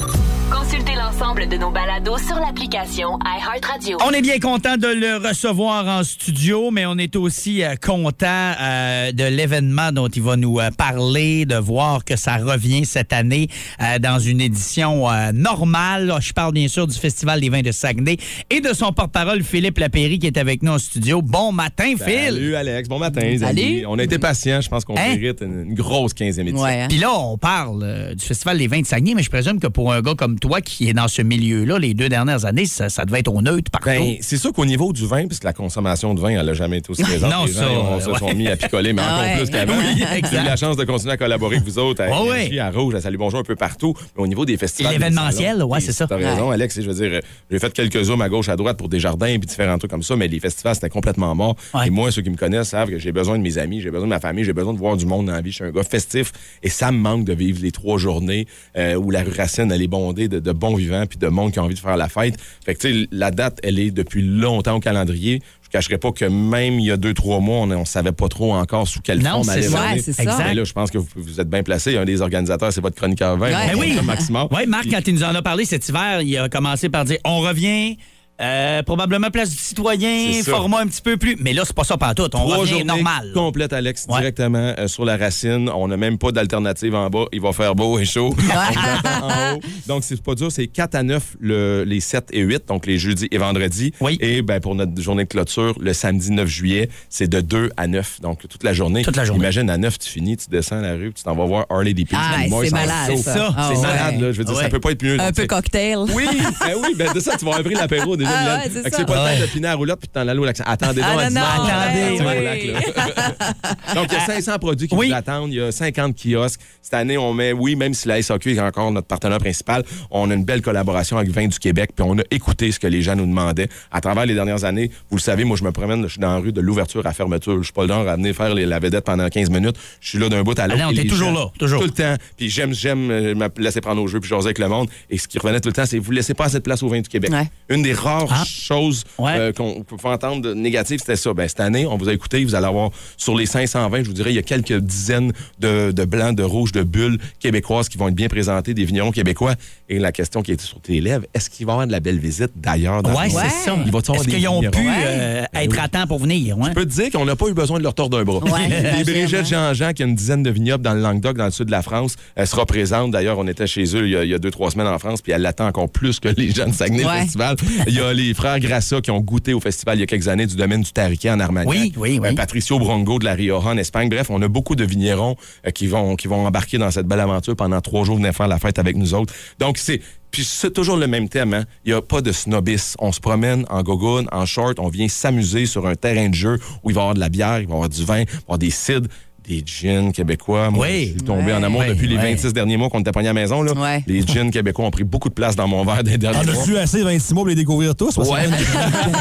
Consultez l'ensemble de nos balados sur l'application iHeartRadio.
On est bien content de le recevoir en studio, mais on est aussi euh, content euh, de l'événement dont il va nous euh, parler, de voir que ça revient cette année euh, dans une édition euh, normale. Je parle bien sûr du Festival des vins de Saguenay et de son porte-parole Philippe Lapéry qui est avec nous en studio. Bon matin, Phil.
Salut Alex, bon matin. les
Salut.
amis. On a été patients, je pense qu'on
Hein?
mérite une, une grosse 15e édition.
hein.
Puis là, on parle euh, du Festival des vins de Saguenay, mais je présume que pour un gars comme toi qui est dans ce milieu-là, les deux dernières années, ça, ça devait être au neutre partout.
Ben, c'est sûr qu'au niveau du vin, puisque la consommation de vin, elle n'a jamais été aussi présente.
Non,
les gens
ça,
on
euh,
se sont
ouais. Ah
mis à picoler, mais encore
Ouais.
plus qu'avant.
Oui, exact.
J'ai eu la chance de continuer à collaborer avec vous autres, à
Ouais,
Énergie, à Rouge, à Salut Bonjour, un peu partout. Mais au niveau des festivals.
Et l'événementiel,
des salons,
ouais, c'est ça.
T'as raison,
Ouais.
Alex. et Je veux dire, euh, j'ai fait quelques zooms à gauche, à droite pour des jardins et différents trucs comme ça, mais les festivals, c'était complètement mort. Et moi, ceux qui me connaissent savent que j'ai besoin de mes amis, j'ai besoin de ma famille, j'ai besoin de voir du monde dans la vie. Je suis un gars festif et ça me manque de vivre les trois journées euh, où la rue Racine, elle est bondée de, de bons vivants puis de monde qui a envie de faire la fête. Fait que, tu sais, la date, elle est depuis longtemps au calendrier. Je cacherai pas que même il y a deux, trois mois, on ne savait pas trop encore sous quelle
Non,
forme elle allait
c'est ça.
venir.
Ouais, c'est ça.
Mais là, je pense que vous, vous êtes bien placé. Un des organisateurs, c'est votre chroniqueur vin.
Ben
mon
oui.
chum Maximard.
Oui, Marc, quand il nous en a parlé cet hiver, il a commencé par dire on revient. euh, probablement place du citoyen,
C'est ça.
format un petit peu plus. Mais là, c'est pas ça pantoute. On
Trois
revient
journées
normal.
complètes, Alex, directement euh, sur la racine. On n'a même pas d'alternative en bas. Il va faire beau et chaud. On vous attend en haut. Donc, c'est pas dur. C'est 4 à 9 le- les 7 et 8, donc les jeudis et vendredis. Et ben, pour notre journée de clôture, le samedi 9 juillet, c'est de 2 à 9. Donc, toute la journée.
Toute la journée.
Imagine, à 9, tu finis, tu descends la rue, puis tu t'en vas voir Harley Davidson.
Ah,
Boys
c'est
en
malade,
show.
ça.
C'est
Ah, ouais.
malade, là. Je veux dire, ça
Ouais.
peut pas être mieux.
Un
Donc,
peu
c'est-
cocktail.
Oui, ben oui, ben de ça, tu vas ouvrir l'apéro déjà.
Ah,
Mylène.
ouais, c'est
Fait que
ça.
c'est pas le
Ouais.
temps de piner à la roulotte puis de t'en aller au lac. Attendez
Ah,
donc,
non,
à dimanche,
non,
attendez,
ouais,
au lac,
oui.
là. Donc, il y a 500 produits qui vous attendent. Il y a 50 kiosques. Cette année, on met, oui, même si la SAQ est encore notre partenaire principal, on a une belle collaboration avec Vin du Québec, puis on a écouté ce que les gens nous demandaient. À travers les dernières années, vous le savez, moi, je me promène, je suis dans la rue de l'ouverture à fermeture. Je suis pas le genre à venir faire les- la vedette pendant 15 minutes. Je suis là d'un bout à l'autre.
Ah non,
Et
t'es
les
toujours
gens,
là, toujours.
Tout le temps. Puis j'aime, j'aime euh, me laisser prendre au jeu, puis jaser avec le monde. Et ce qui revenait tout le temps, c'est vous laissez pas assez de place au Vin du Québec. Une des rares
Ah,
choses euh, qu'on qu'on peut entendre de négatif, c'était ça. Ben, cette année, on vous a écouté, vous allez avoir sur les 520, je vous dirais, il y a quelques dizaines de, de blancs, de rouges, de bulles québécoises qui vont être bien présentées, des vignerons québécois. Et la question qui est sur tes lèvres, est-ce qu'il va y avoir de la belle visite d'ailleurs? dans
Ouais,
le
c'est
monde?
ça.
Il va y avoir
Est-ce
des Ben
qu'ils ont
vignerons?
pu euh, être à temps pour venir? ouais?
Je peux te dire qu'on n'a pas eu besoin de leur tordre un bras.
Ouais,
les
j'imagine,
Brigitte Jean-Jean, qui a une dizaine de vignobles dans le Languedoc, dans le sud de la France, elle sera présente. D'ailleurs, on était chez eux il y, a, il y a deux, trois semaines en France, puis elle l'attend encore plus que les jeunes Saguenay le
Ouais.
festival. Il y a les frères Grassa qui ont goûté au festival il y a quelques années du domaine du Tariquet en Armagnac.
Oui, oui, oui.
Euh, Patricio Brongo de la Rioja en Espagne. Bref, on a beaucoup de vignerons euh, qui, vont, qui vont embarquer dans cette belle aventure pendant trois jours, venir faire la fête avec nous autres. Donc, c'est. Puis c'est toujours le même thème, hein? Il n'y a pas de snobisme. On se promène en gogoune, en short, on vient s'amuser sur un terrain de jeu où il va y avoir de la bière, il va y avoir du vin, il va y avoir des cidres, des gins québécois. Moi,
Oui.
je suis tombé
Ouais.
en amour
Ouais,
depuis les
ouais.
26 derniers mois qu'on était pogné à la maison. Là. Les gins québécois ont pris beaucoup de place dans mon verre des derniers
On
mois.
a-tu assez 26 mois pour les découvrir tous? Parce que
Ouais.
ça donne-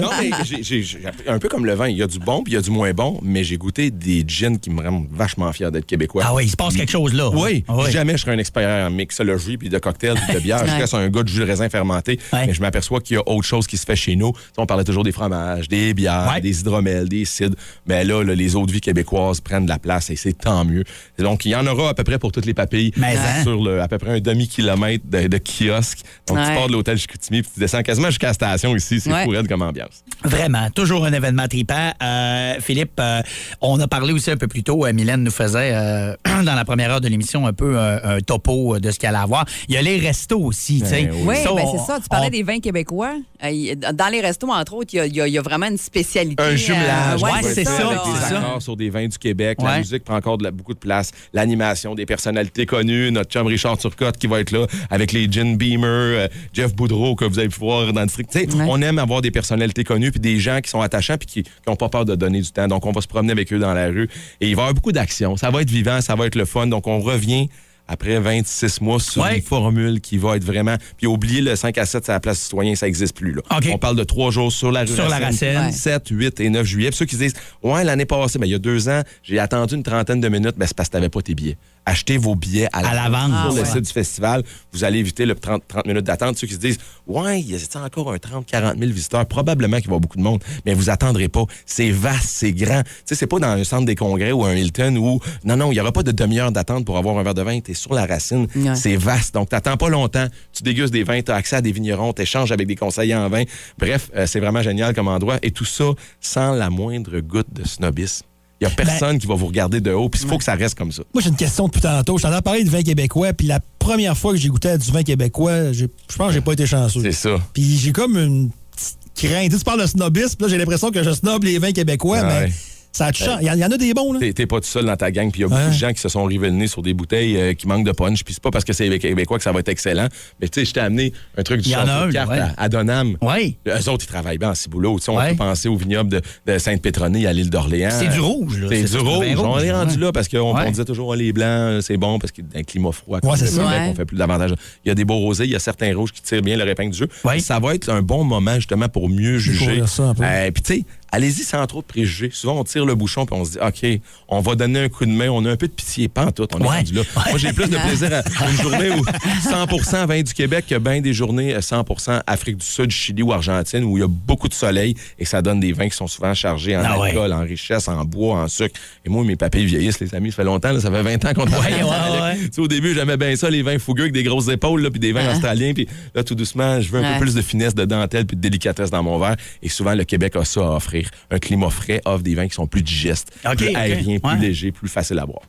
Non, mais j'ai- j'ai- j'ai appris- un peu comme le vin, il y a du bon puis il y a du moins bon, mais j'ai goûté des gins qui me rendent vachement fier d'être québécois.
Ah oui, il se passe quelque chose là.
Oui,
Ah oui.
jamais je serai un expert en mixologie, puis de cocktails, puis de bière. je
Ouais.
reste un gars de jus de raisin fermenté, mais je m'aperçois qu'il y a autre chose qui se fait chez nous. Tu sais, On parlait toujours des fromages, des bières, des hydromels, des cidres. Mais là, là, les eaux de vie québécoises prennent de la place et c'est tant mieux. Donc, il y en aura à peu près pour toutes les papilles
Mais, hein.
sur le- à peu près un demi-kilomètre de, de kiosque. Donc, tu
Ouais.
pars de l'hôtel Chicoutimi, puis tu descends quasiment jusqu'à la station ici. C'est hein,
Ouais.
pour comme ambiance.
Vraiment, toujours un événement trippant. Euh, Philippe, euh, on a parlé aussi un peu plus tôt, euh, Mylène nous faisait euh, dans la première heure de l'émission un peu euh, un topo euh, de ce qu'elle allait avoir. Il y a les restos aussi, tu sais.
Oui,
Ça,
ben
on-
c'est ça. Tu parlais
on-
des vins québécois. Euh, y- Dans les restos, entre autres, il y a- il y, a- il y a vraiment une spécialité.
Un
euh,
jumelage.
ouais,
on va
c'est
faire
ça.
Avec des
là.
accords sur des vins du Québec, Québec. La
Ouais.
musique prend encore de la- beaucoup de place. L'animation, des personnalités connues. Notre chum Richard Turcotte qui va être là avec les Gin Beamer, euh, Jeff Boudreau que vous avez pu voir dans le district. Tu sais, On aime avoir des personnalités connues puis des gens qui sont attachants puis qui n'ont pas peur de donner du temps. Donc, on va se promener avec eux dans la rue. Et il va y avoir beaucoup d'action. Ça va être vivant, ça va être le fun. Donc, on revient après 26 mois sur une formule qui va être vraiment... Puis oubliez le 5 à 7 à la place citoyen, ça n'existe plus. Là. On parle de trois jours sur la rue
Sur la Racine. Ouais.
7, 8 et 9 juillet. Puis ceux qui disent Ouais, l'année passée, ben, il y a deux ans, j'ai attendu une trentaine de minutes, ben, c'est parce que tu n'avais pas tes billets. Achetez vos billets à,
À l'avance.
sur
Ah,
le
ouais.
site du festival. Vous allez éviter le 30, 30 minutes d'attente. Ceux qui se disent Ouais, il y a c'est encore un 30, 40 000 visiteurs. Probablement qu'il va y avoir beaucoup de monde, mais vous attendrez pas. C'est vaste, c'est grand. Tu sais, c'est pas dans un centre des congrès ou un Hilton où non, non, il n'y aura pas de demi-heure d'attente pour avoir un verre de vin. Tu es sur la racine.
Ouais.
C'est vaste. Donc, tu n'attends pas longtemps. Tu dégustes des vins, tu as accès à des vignerons, tu échanges avec des conseillers en vin. Bref, euh, c'est vraiment génial comme endroit. Et tout ça sans la moindre goutte de snobisme. Il n'y a personne qui va vous regarder de haut. Puis il faut que ça reste comme ça.
Ben, Moi, j'ai une question depuis tantôt. Je t'entends parler de vin québécois, puis la première fois que j'ai goûté à du vin québécois, j'ai- je pense que j'ai pas été chanceux.
C'est ça.
Puis j'ai comme une petite crainte. Tu sais, tu parles de snobisme, puis là, j'ai l'impression que je snob les vins québécois,
Ah
mais
ouais.
ça a du champ. Il y en- il y en a des bons, là. Hein?
T'es- T'es pas tout seul dans ta gang, puis il y a beaucoup
Ouais.
de gens qui se sont rivés le nez sur des bouteilles euh, qui manquent de punch. Puis c'est pas parce que c'est les Québécois que ça va être excellent. Mais tu sais, je t'ai amené un truc du
Il y en a
château
un,
de cartes
ouais.
à, à Donham.
Oui.
Eux autres, ils travaillent bien en ciboulot. Tu sais, on peut penser au vignoble de, de Sainte-Pétronée à l'île d'Orléans.
C'est du rouge, là.
C'est
C'est
du
du
rouge.
vin
On
rouge,
est rendu
ouais.
là parce qu'on
Ouais.
on disait toujours, Ah, les blancs, euh, c'est bon parce qu'il y a un climat froid.
Ouais, c'est ça.
Québec,
Ouais.
On fait plus davantage. Il y a des beaux rosés, il y a certains rouges qui tirent bien leur épingle du jeu. Ça va être un bon moment, justement, pour mieux juger.
Découvrir ça un peu.
Euh, puis tu sais, allez-y sans trop de préjugés. Souvent, on tire le bouchon puis on se dit, OK, on va donner un coup de main. On a un peu de pitié, pas en tout. On est
Ouais.
rendu là. Moi, j'ai plus de plaisir à, à une journée où 100 vin du Québec que bien des journées euh, 100 Afrique du Sud, Chili ou Argentine où il y a beaucoup de soleil et ça donne des vins qui sont souvent chargés en
Ah ouais.
alcool, en richesse, en bois, en sucre. Et moi, mes papilles vieillissent, les amis. Ça fait longtemps, là, ça fait 20 ans qu'on travaille
Ouais,
ensemble,
ouais,
Alex. Tu sais, Au début, j'aimais bien ça, les vins fougueux avec des grosses épaules, là, puis des vins
Ah.
australiens. Puis là, tout doucement, je veux un
Ouais.
peu plus de finesse, de dentelle, puis de délicatesse dans mon verre. Et souvent, le Québec a ça à offrir. Un climat frais offre des vins qui sont plus digestes,
Ok,
plus
ok.
aériens, plus
Ouais.
légers, plus faciles à boire.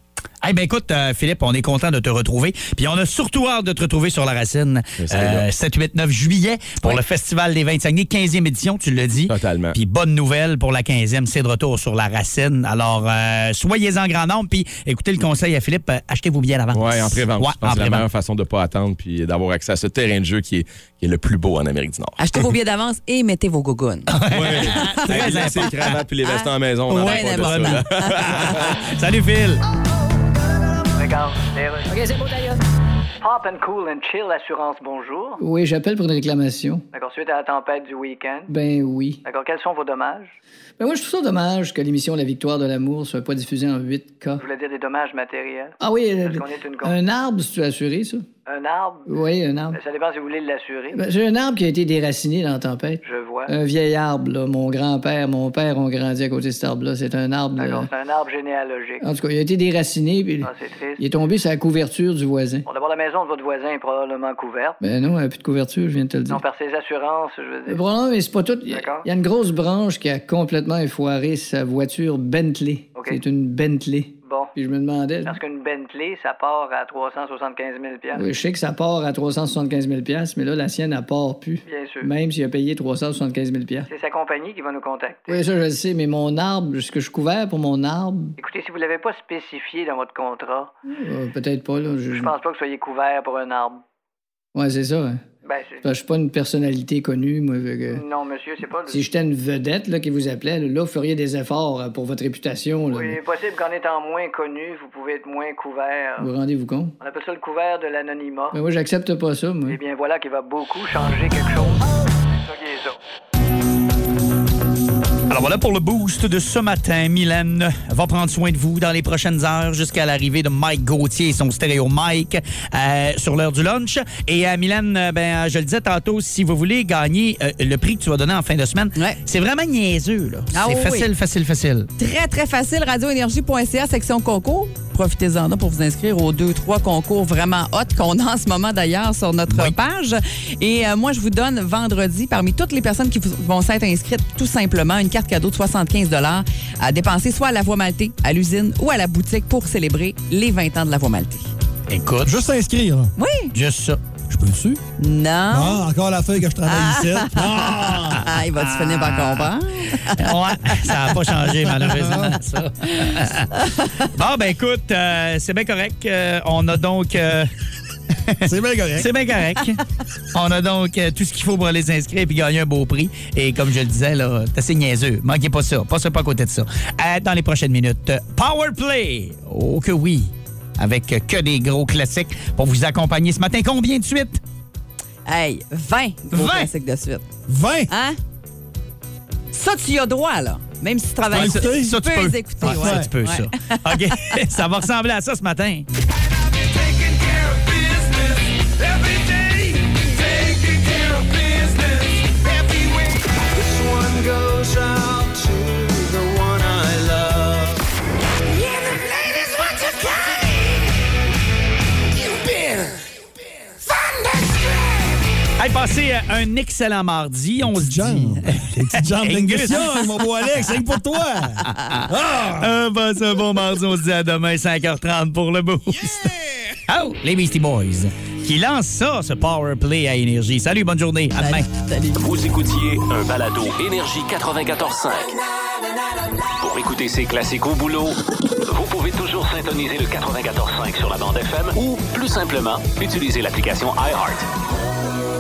Eh ben écoute, euh, Philippe, on est content de te retrouver. Puis on a surtout hâte de te retrouver sur la racine euh, 7, 8, 9 juillet pour le Festival des 25 années, 15e édition, tu l'as dit.
Totalement.
Puis bonne nouvelle pour la 15e, c'est de retour sur la racine. Alors, euh, soyez en grand nombre, puis écoutez le conseil à Philippe, euh, achetez vos billets à l'avance.
Oui, en prévente.
Ouais,
je pense
en
que c'est la
prévente.
meilleure façon de ne pas attendre puis d'avoir accès à ce terrain de jeu qui est, qui est le plus beau en Amérique du Nord.
Achetez vos billets d'avance et mettez vos gougounes.
Hey, laissez les cravates puis les vestons à la maison. on en
Ouais,
parle pas de
n'importe
ça, là.
Salut Phil.
Regarde, OK, c'est beau d'ailleurs. Pop and cool and chill, assurance, bonjour.
Oui, j'appelle pour une réclamation.
D'accord, suite à la tempête du week-end.
Ben oui.
D'accord, quels sont vos dommages?
Mais moi, je trouve ça dommage que l'émission La victoire de l'amour soit pas diffusée en 8K.
Je voulais dire des dommages matériels.
Ah oui, euh,
Parce qu'on est une con-
un arbre, si tu as assuré ça.
Un arbre?
Oui, un arbre.
Ben, ça dépend si vous voulez l'assurer.
Ben, J'ai un arbre qui a été déraciné dans la tempête.
Je vois.
Un vieil arbre, là. Mon grand-père, mon père ont grandi à côté de cet arbre-là. C'est un arbre. là.
D'accord, c'est un arbre généalogique.
En tout cas, il a été déraciné, puis
Ah, c'est triste.
il est tombé sur la couverture du voisin.
Bon, d'abord, la maison de votre voisin est probablement couverte.
Ben non, il n'y a plus de couverture, je viens de te le dire.
Non, par ses assurances, je veux
Le
dire.
problème, Euh, mais c'est pas tout. Il y a-
D'accord.
il y a une grosse branche qui a complètement effoiré sa voiture Bentley.
OK.
C'est une Bentley.
Bon.
Puis je me demandais. là,
Parce qu'une Bentley, ça part à 375 000
oui, je sais que ça part à 375 000 mais là, la sienne, elle part plus.
Bien sûr.
Même s'il a payé 375 000
C'est sa compagnie qui va nous contacter.
Oui, ça, je le sais, mais mon arbre, ce que je suis couvert pour mon arbre,
Écoutez, si vous ne l'avez pas spécifié dans votre contrat,
euh, peut-être pas, là. Je...
je pense pas que vous soyez couvert pour un arbre.
Ouais, c'est ça. hein.
Ben, c'est-
Parce que Je suis pas une personnalité connue, moi. fait que-
Non, monsieur, c'est pas... le-
Euh, Si j'étais une vedette là, qui vous appelait, là, vous feriez des efforts euh, pour votre réputation. là.
Oui, il est possible qu'en étant moins connu, vous pouvez être moins couvert.
Vous rendez-vous compte?
On appelle ça le couvert de l'anonymat.
Mais moi, j'accepte pas ça, moi.
Eh bien, voilà qui va beaucoup changer quelque chose. C'est ça qui est ça.
Alors voilà pour le boost de ce matin. Mylène va prendre soin de vous dans les prochaines heures jusqu'à l'arrivée de Mike Gauthier et son stéréo Mike euh, sur l'heure du lunch. Et euh, Mylène, euh, ben, euh, je le disais tantôt, si vous voulez gagner euh, le prix que tu vas donner en fin de semaine, c'est vraiment niaiseux. là.
Ah
c'est
oui,
facile,
oui.
facile, facile.
Très, très facile. Radioénergie.ca, section concours. Profitez-en là pour vous inscrire aux deux, trois concours vraiment hot qu'on a en ce moment d'ailleurs sur notre page. Et euh, moi, je vous donne vendredi, parmi toutes les personnes qui vous- vont s'être inscrites, tout simplement, une carte cadeau de 75 à dépenser soit à la Voie Maltée, à l'usine ou à la boutique pour célébrer les 20 ans de la Voie Maltée.
Écoute.
Juste s'inscrire. Ah, là.
Oui?
Juste ça.
Je peux le suivre?
Non.
Ah.
Ah, encore la feuille que je travaille ici.
Ah, il va se finir par comprendre.
Ouais, ça n'a pas changé, malheureusement. ça. bon, ben écoute, euh, c'est bien correct. Euh, on a donc. euh,
C'est bien correct.
C'est bien correct. On a donc euh, tout ce qu'il faut pour aller s'inscrire et gagner un beau prix. Et comme je le disais, là, c'est assez niaiseux. Manquez pas ça. Passez pas à côté de ça. Euh, dans les prochaines minutes, euh, Power Play. Oh que oui. Avec euh, que des gros classiques pour vous accompagner ce matin. Combien de suite?
Hey, 20 gros
20?
classiques de suite.
20?
Hein? Ça, tu y as droit, là. Même si tu travailles,
ça,
tu,
ça, tu
peux
peux.
les écouter.
Ouais, Ça,
ouais.
tu peux, ça. OK. ça va ressembler à ça ce matin. Hey, passez euh, un excellent mardi. On se dit. Les petites
jambes d'Inguessia, mon beau Alex, c'est pour toi.
Ah, passe un bon mardi. On se dit à demain, 5h30 pour le boost. Oh, les Beastie Boys qui lancent ça, ce Power Play à énergie. Salut, bonne journée. À demain.
Vous écoutiez un balado Énergie 94.5. Pour écouter ces classiques au boulot, vous pouvez toujours syntoniser le 94.5 sur la bande FM ou, plus simplement, utiliser l'application iHeart.